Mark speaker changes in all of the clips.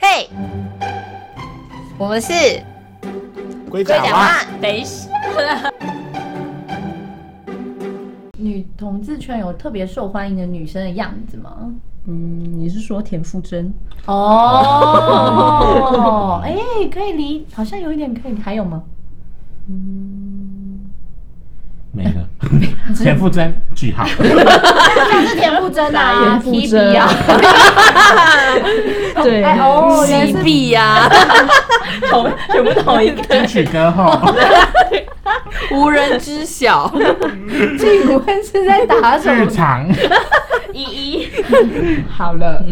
Speaker 1: 对，我们是
Speaker 2: 龟
Speaker 1: 龟
Speaker 2: 甲
Speaker 1: 甲
Speaker 2: 蛙，
Speaker 1: 蛙。
Speaker 3: 等一下，
Speaker 4: 女同志圈有特别受欢迎的女生的样子吗？
Speaker 3: 嗯，你是说田馥甄？
Speaker 4: 哦， 哎、可以离，好像有一点可以，还有吗？
Speaker 2: 没 了。田馥甄，句 号。
Speaker 4: 是田馥甄啊
Speaker 3: 啊
Speaker 4: ，T
Speaker 3: 田馥
Speaker 4: B
Speaker 3: 甄
Speaker 4: 啊，
Speaker 3: 对
Speaker 4: 哎哦，原来
Speaker 5: 击
Speaker 4: 是
Speaker 5: 毙呀，
Speaker 3: 同全部同一个。
Speaker 2: 金曲歌后，
Speaker 5: 无人知晓。
Speaker 4: 请问是在打什
Speaker 2: 日
Speaker 4: 么？
Speaker 2: 常。
Speaker 3: 依依，
Speaker 4: 好了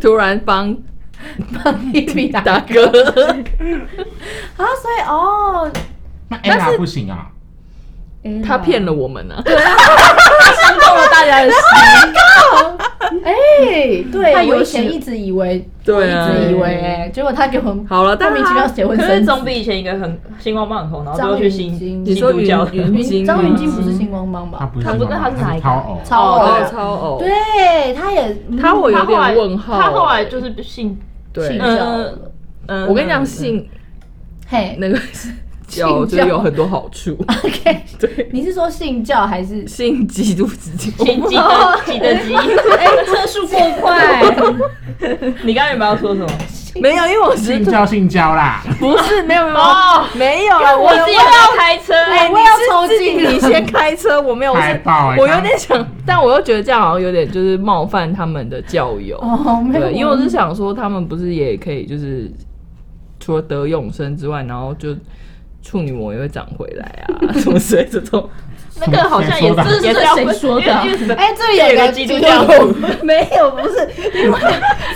Speaker 5: 突然帮
Speaker 4: ，T B 打
Speaker 5: 大哥，
Speaker 4: 啊，所以哦，
Speaker 2: 那 Ella 不行啊，
Speaker 5: 他骗了我们啊呢。
Speaker 4: 啊
Speaker 3: 伤透了大家的心。
Speaker 4: 哎、对，
Speaker 3: 他
Speaker 4: 我以
Speaker 3: 有
Speaker 4: 前
Speaker 3: 时
Speaker 4: 一直以为，
Speaker 5: 对
Speaker 4: 一
Speaker 5: 啊
Speaker 4: 直以为、哎，结果他给我们
Speaker 5: 好了，
Speaker 4: 莫
Speaker 5: 大
Speaker 4: 名其妙
Speaker 5: 家
Speaker 4: 结婚
Speaker 3: 可
Speaker 4: 生
Speaker 3: 是
Speaker 4: 子
Speaker 3: 总比以前一个很星光棒很红，然后最后去新
Speaker 4: 张芸京
Speaker 5: 你
Speaker 3: 基
Speaker 5: 说
Speaker 3: 督
Speaker 5: 云
Speaker 3: 教
Speaker 5: 云
Speaker 4: 云
Speaker 5: 晶，
Speaker 4: 张芸京
Speaker 5: 吗
Speaker 4: 不是星光帮
Speaker 2: 他
Speaker 4: 吧？
Speaker 2: 不是
Speaker 5: 他
Speaker 2: 什
Speaker 5: 不
Speaker 2: 么
Speaker 5: 是他
Speaker 2: 吧，
Speaker 5: 是哪一个
Speaker 2: 超偶，
Speaker 4: 超偶
Speaker 5: 哦，
Speaker 4: 的，
Speaker 5: 超偶，
Speaker 4: 对，他也，嗯
Speaker 5: 他我有
Speaker 3: 啊他后来
Speaker 5: 点问号。哦
Speaker 3: 他后来就是信，
Speaker 5: 对
Speaker 4: 信教，
Speaker 3: 嗯
Speaker 4: 了，
Speaker 3: 嗯
Speaker 5: 我跟你讲，性
Speaker 4: 嘿
Speaker 5: 那个教就是 有很多好处，
Speaker 4: ，OK，
Speaker 5: 对，
Speaker 4: 你是说信教还是？
Speaker 5: 性基督之间，
Speaker 3: 信基的基的基，哎，车速过快。你刚刚有没有说什么？
Speaker 5: 没有，因为我是
Speaker 2: 性交性交啦，
Speaker 5: 不是没有没有
Speaker 3: 哦
Speaker 5: 没有 了，
Speaker 3: 我
Speaker 5: 我
Speaker 3: 自己要开车，哎，
Speaker 5: 我要抽筋，
Speaker 4: 啊
Speaker 5: 你先开车，我没有，我
Speaker 2: 太
Speaker 5: 是
Speaker 2: 爆了！
Speaker 5: 我有点想，但我又觉得这样好像有点就是冒犯他们的教友，
Speaker 4: 哦，没有，
Speaker 5: 对，因为我是想说他们不是也可以就是除了得永生之外，然后就处女膜也会长回来啊， 什么之类这种，
Speaker 3: 那个好像也
Speaker 2: 谁说的
Speaker 3: 是
Speaker 4: 也是
Speaker 3: 要
Speaker 4: 谁说的啊
Speaker 3: 因为 因为
Speaker 4: 哎，这里
Speaker 3: 有
Speaker 4: 个
Speaker 3: 个基督教徒，
Speaker 5: 没有，不是因为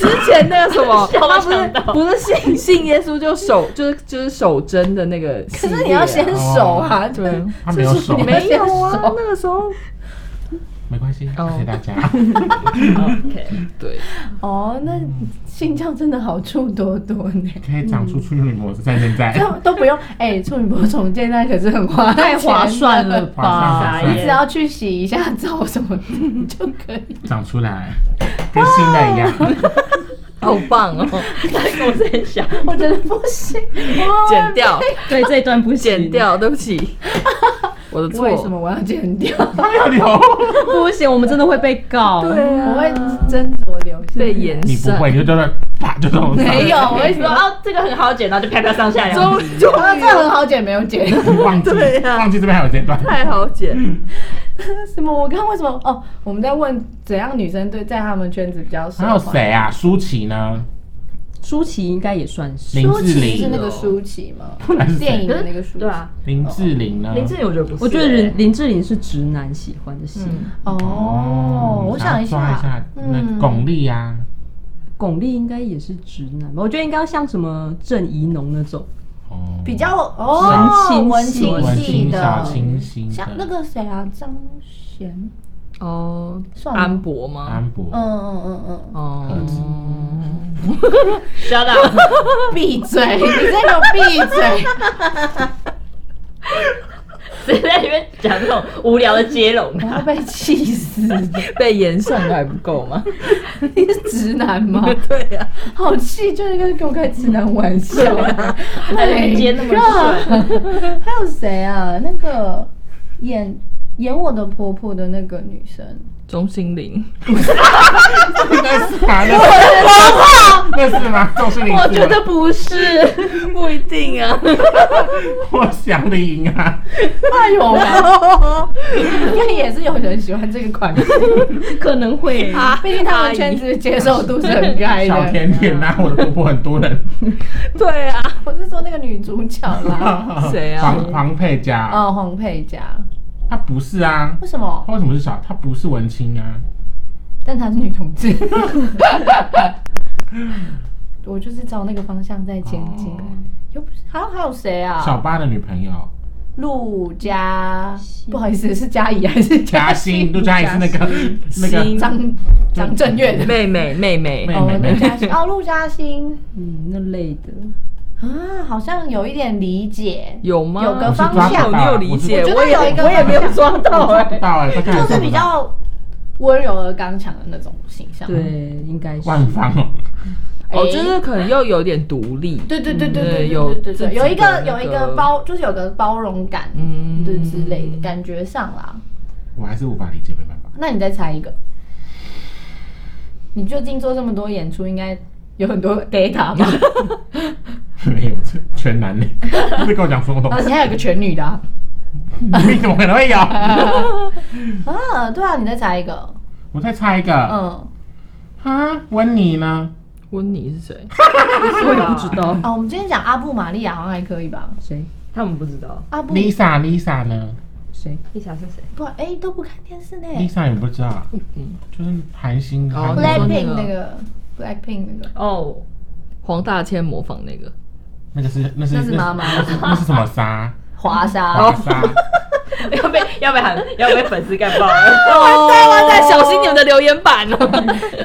Speaker 5: 之前那个什么，
Speaker 3: 笑到
Speaker 5: 他不是
Speaker 3: 呛到
Speaker 5: 不是信信耶稣就手就是就是手针的那个系
Speaker 4: 可
Speaker 5: 列啊，
Speaker 4: 是你要先手啊，
Speaker 5: 对
Speaker 4: 就是
Speaker 2: 他没有手
Speaker 4: 你，们
Speaker 5: 没有
Speaker 4: 先
Speaker 5: 啊
Speaker 4: 手，
Speaker 5: 那个时候
Speaker 2: 没关系，
Speaker 5: 哦
Speaker 2: 谢谢大家。
Speaker 3: OK，
Speaker 5: 对，
Speaker 4: 哦，那信教真的好处多多呢。
Speaker 2: 可以长出处女膜是在现在，
Speaker 4: 都都不用，哎、处女膜重建那可是很花，
Speaker 3: 太划算了。吧？
Speaker 2: 划
Speaker 4: 你
Speaker 2: 算
Speaker 4: 只要去洗一下澡什么的 你就可以。
Speaker 2: 长出来跟新的一样，
Speaker 5: 好 棒哦，
Speaker 3: 我在想，
Speaker 4: 我觉得不行，哇
Speaker 5: 剪掉
Speaker 3: 对这一段不
Speaker 5: 剪，掉，对不起，我的错，
Speaker 4: 为什么我要剪掉？
Speaker 2: 他要留，
Speaker 3: 不行，我们真的会被告。
Speaker 5: 对啊
Speaker 4: 我会斟酌留下。
Speaker 5: 被延
Speaker 2: 你不
Speaker 5: 伸？
Speaker 2: 会，你就觉得啪就这种，
Speaker 4: 没有，我会
Speaker 3: 说
Speaker 4: 说啊，
Speaker 3: 哦，这个很好剪，然后就啪啪上下两
Speaker 5: 终
Speaker 3: 集。
Speaker 5: 终
Speaker 4: 啊
Speaker 5: 于
Speaker 4: 这很好剪，没有剪。
Speaker 2: 忘记
Speaker 5: 对啊
Speaker 2: 忘记这边还有这段，
Speaker 5: 太好剪，
Speaker 4: 什么？我刚刚为什么？哦，我们在问怎样女生对在她们圈子比较受
Speaker 2: 还有
Speaker 4: 欢迎。
Speaker 2: 谁啊？舒淇呢？
Speaker 3: 舒淇应该也算是，
Speaker 2: 林
Speaker 4: 舒
Speaker 2: 志
Speaker 4: 淇是
Speaker 2: 玲
Speaker 4: 那，个舒淇吗
Speaker 2: 不然是？谁
Speaker 4: 电影的那个舒淇。
Speaker 3: 对啊，
Speaker 2: 林志玲呢？
Speaker 3: 哦
Speaker 5: 林志颖我觉得不是，
Speaker 3: 我觉得 林林志玲是直男喜欢的型，
Speaker 5: 嗯
Speaker 4: 哦，我想一
Speaker 2: 抓一下
Speaker 4: 下，嗯
Speaker 2: 那个巩俐啊，
Speaker 3: 巩俐应该也是直男吧？我觉得应该像什么郑怡农那种，
Speaker 2: 哦
Speaker 4: 比较哦
Speaker 3: 文
Speaker 4: 文
Speaker 3: 青
Speaker 4: 青
Speaker 2: 文
Speaker 4: 系
Speaker 2: 青小
Speaker 4: 的，
Speaker 2: 清新的，
Speaker 4: 像那个谁啊，张贤，
Speaker 5: 哦，
Speaker 4: 算吗
Speaker 5: 安博吗？
Speaker 2: 安博，
Speaker 4: 嗯嗯嗯嗯
Speaker 5: 哦
Speaker 2: 可惜，
Speaker 3: shut up，
Speaker 4: 嗯，闭嘴，你这个闭嘴，
Speaker 3: 谁在里面讲这种无聊的接龙
Speaker 4: 我要被气死！
Speaker 5: 被延上还不够 吗？
Speaker 4: 你是直男吗？
Speaker 5: 对
Speaker 2: 啊
Speaker 5: 呀，
Speaker 4: 好气，就应该跟我开直男玩笑，
Speaker 2: 啊
Speaker 4: 哎
Speaker 3: 还接那么顺
Speaker 4: Oh my god 还有谁啊？那个演演我的婆婆的那个女生，
Speaker 5: 钟欣凌，
Speaker 2: 那是吗？那是那是吗？都是林志玲，
Speaker 3: 不是，
Speaker 5: 不一定啊。
Speaker 2: 我想的赢啊，
Speaker 4: 哎呦喂， 应该也是有人喜欢这个款式，
Speaker 3: 可能会
Speaker 4: 毕竟他们圈子接受度是很开
Speaker 2: 小
Speaker 4: 的。
Speaker 2: 甜甜啊，我的婆婆很多人，
Speaker 5: 对啊，
Speaker 4: 我是说那个女主角啦，
Speaker 5: 谁啊
Speaker 2: 黄黄佩嘉，
Speaker 4: 哦，黄佩嘉，
Speaker 2: 她不是啊，
Speaker 4: 为什么
Speaker 2: 她？为什么是小？她不是文青啊，
Speaker 4: 但她是女同 志。我就是照那个方向在前进，
Speaker 5: 哦
Speaker 4: 又不是还有还有谁
Speaker 2: 哦小
Speaker 4: 啊？
Speaker 2: 八的女朋友
Speaker 4: 陆嘉，不好意思，是嘉怡还是
Speaker 2: 嘉欣，陆嘉怡是那个那个
Speaker 5: 欣
Speaker 4: 张张震岳的？
Speaker 5: 妹妹妹妹，
Speaker 2: 妹
Speaker 4: 哦，
Speaker 2: 妹
Speaker 4: 陆
Speaker 2: 妹，
Speaker 4: 嘉欣，哦，陆嘉欣
Speaker 3: 嗯那类的，
Speaker 4: 啊，好像有一点理解，
Speaker 5: 有吗？
Speaker 4: 有个
Speaker 2: 我是
Speaker 4: 方
Speaker 2: 抓
Speaker 4: 向
Speaker 2: 不
Speaker 5: 你
Speaker 2: 到
Speaker 5: 有理解？
Speaker 4: 我觉得
Speaker 5: 我也
Speaker 4: 有一个
Speaker 5: 我也没有
Speaker 4: 方向
Speaker 5: 抓到
Speaker 2: 抓
Speaker 5: 哎
Speaker 3: 欸
Speaker 2: 不。到哎，她看
Speaker 4: 就
Speaker 2: 起来
Speaker 4: 是比
Speaker 2: 抓
Speaker 4: 较温柔而刚强的那种形象。
Speaker 3: 对，应该是
Speaker 2: 不到万芳哦，
Speaker 4: 哎，
Speaker 5: 哦，就是可能又有点独立，
Speaker 4: 对对对对
Speaker 5: 嗯
Speaker 4: 对对
Speaker 5: 有
Speaker 4: 对对
Speaker 5: 自
Speaker 4: 对，
Speaker 5: 己
Speaker 4: 有一
Speaker 5: 的
Speaker 4: 个
Speaker 5: 那
Speaker 4: 有一个
Speaker 5: 个
Speaker 4: 包，就是有个包容感，
Speaker 5: 嗯
Speaker 4: 对之类的感觉上啦。
Speaker 2: 我还是无法理解，没办法。
Speaker 4: 那你再猜一个，你最近做这么多演出，应该有很多 data 吗？
Speaker 2: 没有，这全男的，你跟我讲什么东
Speaker 4: 而
Speaker 2: 西？
Speaker 4: 且还有个全女的 啊，
Speaker 2: 你怎么可能会有？
Speaker 4: 啊对啊，你再猜一个，
Speaker 2: 我再猜一个，
Speaker 4: 嗯，
Speaker 2: 啊，温妮呢？
Speaker 5: 温妮是谁？我也不知道
Speaker 4: 啊，我们今天讲阿布玛利亚好像还可以吧？
Speaker 5: 谁，他们不知道
Speaker 4: 阿布，
Speaker 2: Lisa Lisa 呢
Speaker 5: 谁。
Speaker 3: 丽莎是谁？
Speaker 4: 不然，哎，都不看电视呢
Speaker 2: ？Lisa 你不知道，啊
Speaker 5: 嗯，
Speaker 2: 就是韩星韩
Speaker 5: 哦
Speaker 2: 国
Speaker 5: 那个
Speaker 4: ，Blackpink 那个，Blackpink 那个，
Speaker 5: 哦，黄大千模仿那个，
Speaker 2: 那个是那是
Speaker 4: 那是妈妈哦
Speaker 2: 那是那是什么沙？
Speaker 4: 华
Speaker 2: 华
Speaker 4: 莎，
Speaker 2: 沙？
Speaker 3: 要被要被 喊要被粉丝干爆
Speaker 4: 哦
Speaker 3: 了！
Speaker 4: 啊
Speaker 5: 哇塞哇塞，小心你们的留言板 哦！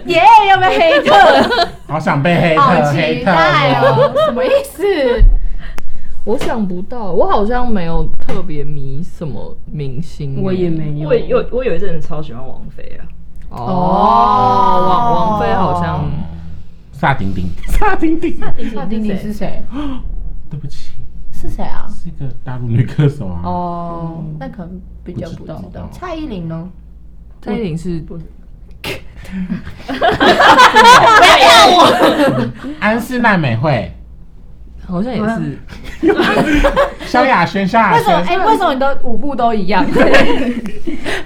Speaker 4: 耶，要不要黑 特？
Speaker 2: 好想被黑特
Speaker 4: 好
Speaker 2: 黑
Speaker 4: 期
Speaker 2: 特
Speaker 4: 待哦，什么意 思？
Speaker 5: 我想不到，我好像没有特别迷什么明星欸、
Speaker 6: 我也没有，
Speaker 3: 我有我有一阵子超喜欢王菲啊，
Speaker 5: 哦，
Speaker 3: 哦
Speaker 5: 王王菲好像
Speaker 2: 嗯萨顶顶，萨顶顶，
Speaker 4: 那丁丁是谁？
Speaker 2: 对不起，
Speaker 4: 是谁啊？
Speaker 2: 是一个大陆女歌手啊。
Speaker 4: 哦，那可能比较不知
Speaker 2: 不知
Speaker 4: 道
Speaker 2: 道。
Speaker 4: 蔡依林呢？
Speaker 5: 蔡依林是
Speaker 2: 安室奈美惠，
Speaker 5: 好像也是
Speaker 2: 萧亚轩，萧亚
Speaker 4: 为什么？
Speaker 2: 轩，
Speaker 4: 哎，为什么你的舞步都一样？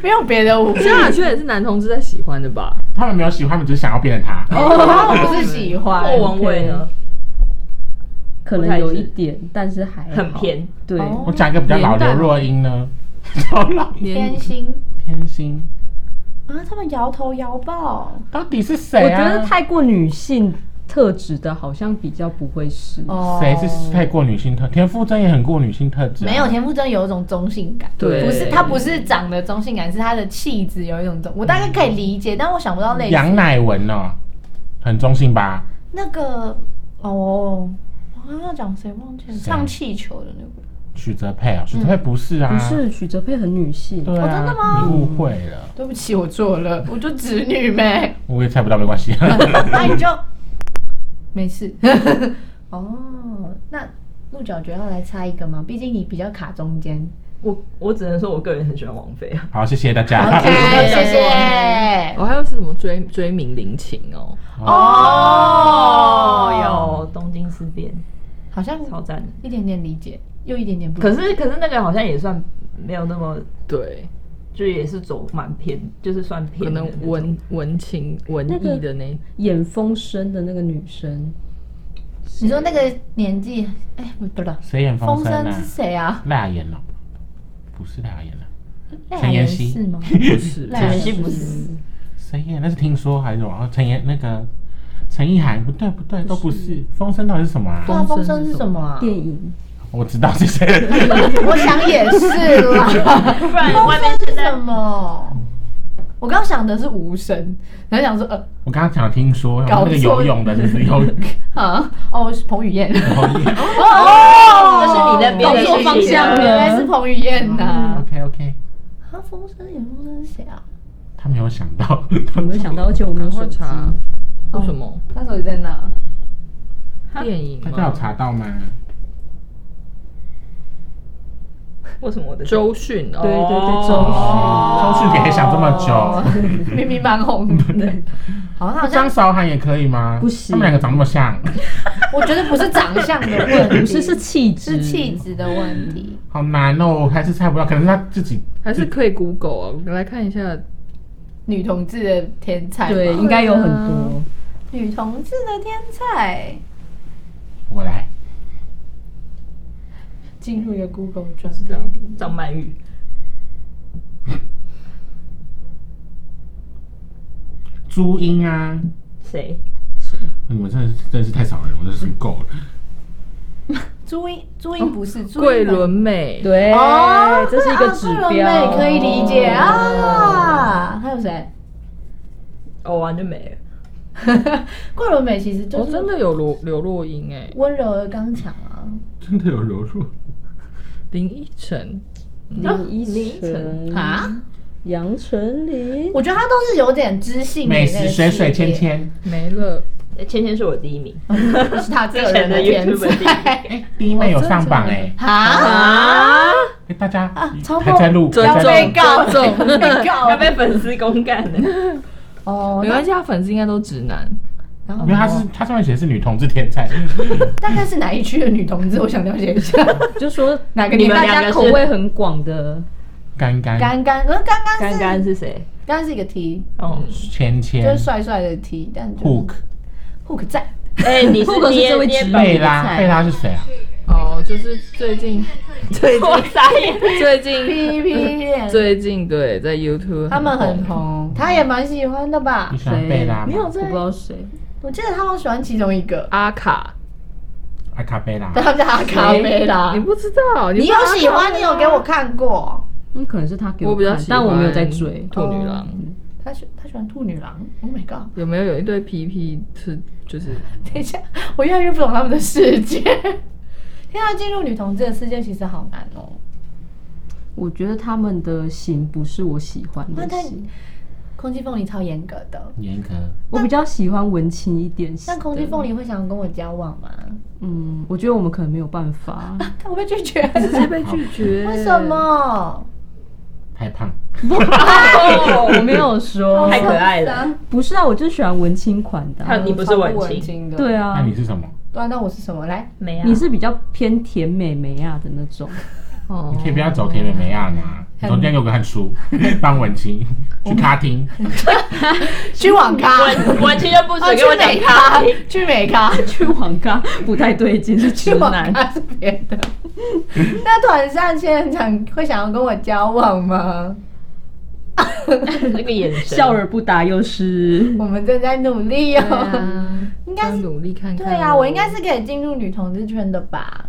Speaker 4: 没有别的舞步。
Speaker 5: 萧亚轩也是男同志在喜欢的吧？
Speaker 2: 他们没有喜欢，他们只是想要变成他。
Speaker 4: 哦，我不是喜欢。
Speaker 3: 莫文蔚呢
Speaker 6: 可能有一点，但是还好
Speaker 3: 很偏，
Speaker 6: 对，
Speaker 4: 哦
Speaker 2: 我讲一个比较老刘若英呢， 超老
Speaker 5: 年
Speaker 4: 天心
Speaker 2: 天心，
Speaker 4: 啊，他们摇头摇抱。
Speaker 2: 到底是
Speaker 6: 我
Speaker 2: 谁
Speaker 6: 觉得
Speaker 2: 啊？
Speaker 6: 太过女性特质的，好像比较不会是。
Speaker 4: 哦
Speaker 2: 谁是太过女性特？田馥甄也很过女性特质啊。
Speaker 4: 没有田馥甄有一种中性感，
Speaker 5: 对
Speaker 4: 不是她不是长得中性感，是她的气质有一种中，我大概可以理解，但我想不到类似
Speaker 2: 杨乃文哦，很中性吧？
Speaker 4: 那个哦，我刚刚要讲谁忘记了，上气球的那个，
Speaker 2: 许哲佩哦，许哲佩不是啊，
Speaker 6: 不是许哲佩很女性，
Speaker 2: 对
Speaker 4: 嗯
Speaker 2: 啊，
Speaker 4: 哦真的吗
Speaker 2: 你误会了，
Speaker 4: 对不起，我错了，我就直女呗，
Speaker 2: 我也猜不到，没 关系。
Speaker 4: 那你就没事。哦，那鹿角蕨要来猜一个吗？毕竟你比较卡中间。
Speaker 3: 我我只能说我个人很喜欢王菲啊。
Speaker 2: 好，谢谢大家。
Speaker 4: OK，谢谢。
Speaker 5: 哦，还有是什么追追名林檎哦，
Speaker 4: 哦，
Speaker 3: 哦，有东京事变，
Speaker 4: 有，好像
Speaker 3: 超赞的。
Speaker 4: 一点点理解，又一点点不
Speaker 3: 可是可是那个好像也算没有那么，
Speaker 5: 对，
Speaker 3: 就也是走蛮偏，就是算
Speaker 5: 可
Speaker 3: 偏的
Speaker 5: 能
Speaker 3: 那种
Speaker 5: 文文情文
Speaker 6: 那个
Speaker 5: 艺的那
Speaker 6: 演风声的那个女生，
Speaker 4: 你说那个年纪，哎，不对了，
Speaker 2: 谁演
Speaker 4: 风
Speaker 2: 风声
Speaker 4: 声
Speaker 2: 啊
Speaker 4: 是？谁啊？
Speaker 2: 赖雅妍哦，不是赖雅妍啊，
Speaker 4: 赖
Speaker 2: 陈
Speaker 4: 雅
Speaker 2: 妍
Speaker 4: 妍
Speaker 2: 希
Speaker 4: 是吗？
Speaker 5: 不是
Speaker 4: 赖雅妍
Speaker 3: 妍希不是
Speaker 2: 谁演？那是听说还是什么？陈妍那个陈意涵不对不对，都不是。风声到底是什么啊？
Speaker 4: 对啊，风声是什么啊？
Speaker 6: 电影
Speaker 2: 我知道 是谁。
Speaker 4: 我想也是啦。
Speaker 3: 不然
Speaker 4: 风
Speaker 3: 外面
Speaker 4: 声是
Speaker 3: 现在
Speaker 4: 什么？我刚想的是无声，然后想说呃
Speaker 2: 我刚刚讲听说
Speaker 4: 搞
Speaker 2: 那
Speaker 4: 错
Speaker 2: 个游泳的，就 是游泳。
Speaker 4: 啊哦是彭于晏
Speaker 3: 哦那是你那边
Speaker 4: 搞
Speaker 3: 的
Speaker 4: 错
Speaker 3: 事
Speaker 4: 方
Speaker 3: 情
Speaker 4: 向
Speaker 3: 啊
Speaker 4: 了，原来是彭于晏呐。
Speaker 2: OK OK，
Speaker 4: 啊风声演风声是谁啊？
Speaker 2: 他没有想到，
Speaker 6: 有没有想到？而且我没有手
Speaker 5: 会
Speaker 6: 机，
Speaker 5: 查为什么
Speaker 4: 他手机在哪？
Speaker 5: 电影
Speaker 2: 大家有
Speaker 5: 吗？
Speaker 2: 查到吗？
Speaker 3: 为什么我的
Speaker 5: 周迅哦，
Speaker 6: 对对对，
Speaker 2: 周
Speaker 6: 周
Speaker 2: 迅给想这么久，
Speaker 4: 明明蛮红的。好，那好像
Speaker 2: 张韶涵也可以吗？
Speaker 6: 不行
Speaker 2: 他们两个长那么像，
Speaker 4: 我觉得不是长相的问
Speaker 6: 迅
Speaker 4: 题，
Speaker 6: 不是是气质，
Speaker 4: 是气质的问题。
Speaker 2: 好难哦，我还是猜不到，可能是他自己。
Speaker 5: 还是可以 Google 啊，我们来看一下。
Speaker 4: 女同志的天才吗，
Speaker 6: 对，应该有很多。
Speaker 4: 女同志的天才。
Speaker 2: 我来，
Speaker 4: 进入一个 Google 专
Speaker 3: 对
Speaker 4: 道
Speaker 3: 啊张曼玉，
Speaker 2: 朱茵啊，
Speaker 3: 谁？
Speaker 2: 你们真的是真的是太少人，我真的是够了。
Speaker 4: 朱茵，朱茵不是朱茵
Speaker 5: 桂纶镁，
Speaker 6: 对
Speaker 4: 哦，，
Speaker 6: 这是一个指
Speaker 4: 啊桂纶
Speaker 6: 标，
Speaker 4: 镁可以理解。啊。还有谁？
Speaker 3: 哦，完就没了。
Speaker 4: 桂纶镁其实就
Speaker 5: 哦，
Speaker 4: 是
Speaker 5: 真的有罗刘若英哎，
Speaker 4: 温柔而刚强啊。
Speaker 2: 真的有柔弱，
Speaker 5: 林依晨，
Speaker 6: 林依晨
Speaker 4: 啊，
Speaker 6: 杨丞琳，
Speaker 4: 我觉得她都是有点知性的
Speaker 2: 美
Speaker 4: 那
Speaker 2: 食
Speaker 4: 个
Speaker 2: 水
Speaker 4: 系列
Speaker 2: 水芊芊，
Speaker 5: 没了，
Speaker 3: 哎芊芊是我第一名，
Speaker 4: 不是他
Speaker 3: 之
Speaker 4: 个人
Speaker 3: 前的
Speaker 4: 的天
Speaker 3: YouTube 第一
Speaker 4: 才
Speaker 3: 名。
Speaker 2: 哎，第一妹有上榜哎，
Speaker 1: 啊！
Speaker 2: 哎大家
Speaker 4: 超过
Speaker 2: 还在 录，
Speaker 5: 尊
Speaker 2: 还
Speaker 5: 重
Speaker 2: 在录，
Speaker 5: 尊重，
Speaker 4: 被 告
Speaker 3: 要被粉丝公干的，
Speaker 4: 哦
Speaker 5: 没，关系，他粉丝应该都直男，
Speaker 4: 然后
Speaker 2: 没有，他是他上面写的是女同志天才，
Speaker 4: 大概是哪一区的女同志？我想了解一下。
Speaker 6: 就说
Speaker 4: 哪个
Speaker 6: 给
Speaker 4: 年代
Speaker 6: 大
Speaker 3: 你们两个
Speaker 6: 家
Speaker 3: 是
Speaker 6: 口味很广的，
Speaker 2: 干干
Speaker 4: 干干，呃，刚刚 是
Speaker 3: 干
Speaker 4: 刚
Speaker 3: 干是谁？
Speaker 4: 刚是一个 T，
Speaker 3: 哦，
Speaker 5: 嗯
Speaker 2: 芊
Speaker 4: 就是
Speaker 2: 芊
Speaker 4: 帅帅的 T，但就是
Speaker 2: hook
Speaker 4: hook 在
Speaker 3: 哎，你是
Speaker 6: 酷狗是
Speaker 3: 捏
Speaker 6: 这位
Speaker 3: 捏
Speaker 6: 直
Speaker 3: 板
Speaker 2: 贝
Speaker 4: 你的
Speaker 2: 拉，
Speaker 4: 菜
Speaker 2: 贝拉是谁啊？
Speaker 5: 哦，就是最近最近
Speaker 3: 我傻眼，
Speaker 5: 最近
Speaker 4: P P 恋，
Speaker 5: 最近对，在 YouTube
Speaker 4: 他们很红，他也蛮喜欢的吧
Speaker 2: 你？喜欢贝拉吗？
Speaker 6: 我不知道谁，
Speaker 4: 我记得他好喜欢其中一个，
Speaker 5: 阿卡，
Speaker 2: 阿卡贝拉，
Speaker 4: 但他叫阿卡贝拉
Speaker 5: 你。不知道，
Speaker 4: 你
Speaker 5: 不知道
Speaker 4: 有喜
Speaker 5: 阿卡
Speaker 4: 欢，你有给我看过。
Speaker 6: 嗯，可能是他给
Speaker 5: 我比较
Speaker 6: 看
Speaker 5: 喜
Speaker 6: 但我没有在
Speaker 5: 欢
Speaker 6: 追。
Speaker 5: 兔女郎，
Speaker 4: 他喜他喜欢兔女郎，Oh my god！
Speaker 5: 有没有有一对 PP 是就是
Speaker 4: 等一下，我越来越不懂他们的世界。 天啊，进入女同志的世界其实好难哦。
Speaker 6: 我觉得他们的型不是我喜欢
Speaker 4: 那
Speaker 6: 的
Speaker 4: 他
Speaker 6: 型，
Speaker 4: 空气凤梨超严格的，
Speaker 2: 严格，
Speaker 6: 我比较喜欢文青一点型
Speaker 4: 那
Speaker 6: 的。
Speaker 4: 空气凤梨会想跟我交往吗？
Speaker 6: 嗯，我觉得我们可能没有办法。
Speaker 4: 看我被拒 绝，
Speaker 5: 被拒绝
Speaker 4: 为什？么？
Speaker 2: 太胖，
Speaker 6: 我没有说，
Speaker 3: 太可爱了。
Speaker 6: 不是啊，我就喜欢文青款的
Speaker 3: 他
Speaker 6: 啊、
Speaker 3: 你不是文青，
Speaker 4: 青的，
Speaker 6: 对
Speaker 2: 那
Speaker 6: 啊
Speaker 2: 你，是什么？
Speaker 4: 对啊，那我是什么？来，
Speaker 3: 没啊
Speaker 6: 你是比较偏甜美眉啊的那种。
Speaker 5: 哦
Speaker 2: 你可以不要走甜美美亚吗？昨天有个看书，帮文青去咖厅，
Speaker 4: 去网咖，
Speaker 3: 文文青就不
Speaker 4: 啊
Speaker 3: 准跟我讲咖啡，，
Speaker 4: 去美咖，
Speaker 6: 去网咖不太对劲，是
Speaker 4: 去
Speaker 6: 直
Speaker 4: 网
Speaker 6: 男。
Speaker 4: 咖是别的。 那团上现场会想要跟我交往吗？
Speaker 3: 那个眼神，
Speaker 6: 笑而不答又是。
Speaker 4: 我们正在努力
Speaker 5: 对
Speaker 4: 哦。
Speaker 5: 啊，嗯
Speaker 4: 应该是
Speaker 5: 要努力看看。
Speaker 4: 对啊，我应该是可以进入女同志圈的吧？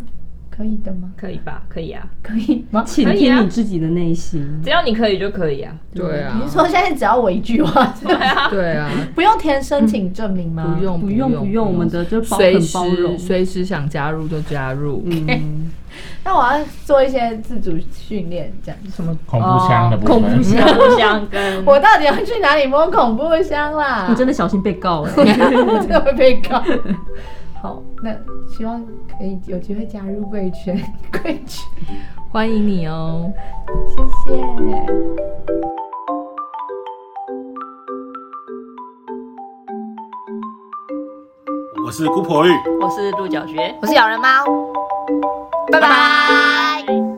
Speaker 4: 可以的吗？
Speaker 3: 可以吧？可以啊，
Speaker 4: 可以吗？
Speaker 6: 请
Speaker 3: 可以啊
Speaker 6: 听你自己的内心。
Speaker 3: 只要你可以就可以 啊。
Speaker 5: 对啊
Speaker 4: 你是，说现在只要我一句话，
Speaker 5: 对啊，嗯
Speaker 4: 不用填申请证明吗？
Speaker 5: 不 用
Speaker 6: 不用不用，我们的就包
Speaker 5: 随
Speaker 6: 很包容
Speaker 5: 时。随时想加入就加入。
Speaker 6: 嗯，
Speaker 4: 那我要做一些自主训练，这样。
Speaker 5: 什么？
Speaker 2: 恐怖箱的部分，
Speaker 3: 互相跟
Speaker 4: 我到底要去哪里摸恐怖箱啦？
Speaker 6: 你真的小心被告了。
Speaker 4: 我真的会被告。 好，那希望可以有机会加入贵圈，贵圈，
Speaker 5: 欢迎你哦。
Speaker 4: 谢谢。
Speaker 2: 我是姑婆玉。
Speaker 3: 我是鹿角蕨。
Speaker 1: 我是咬人猫，拜拜。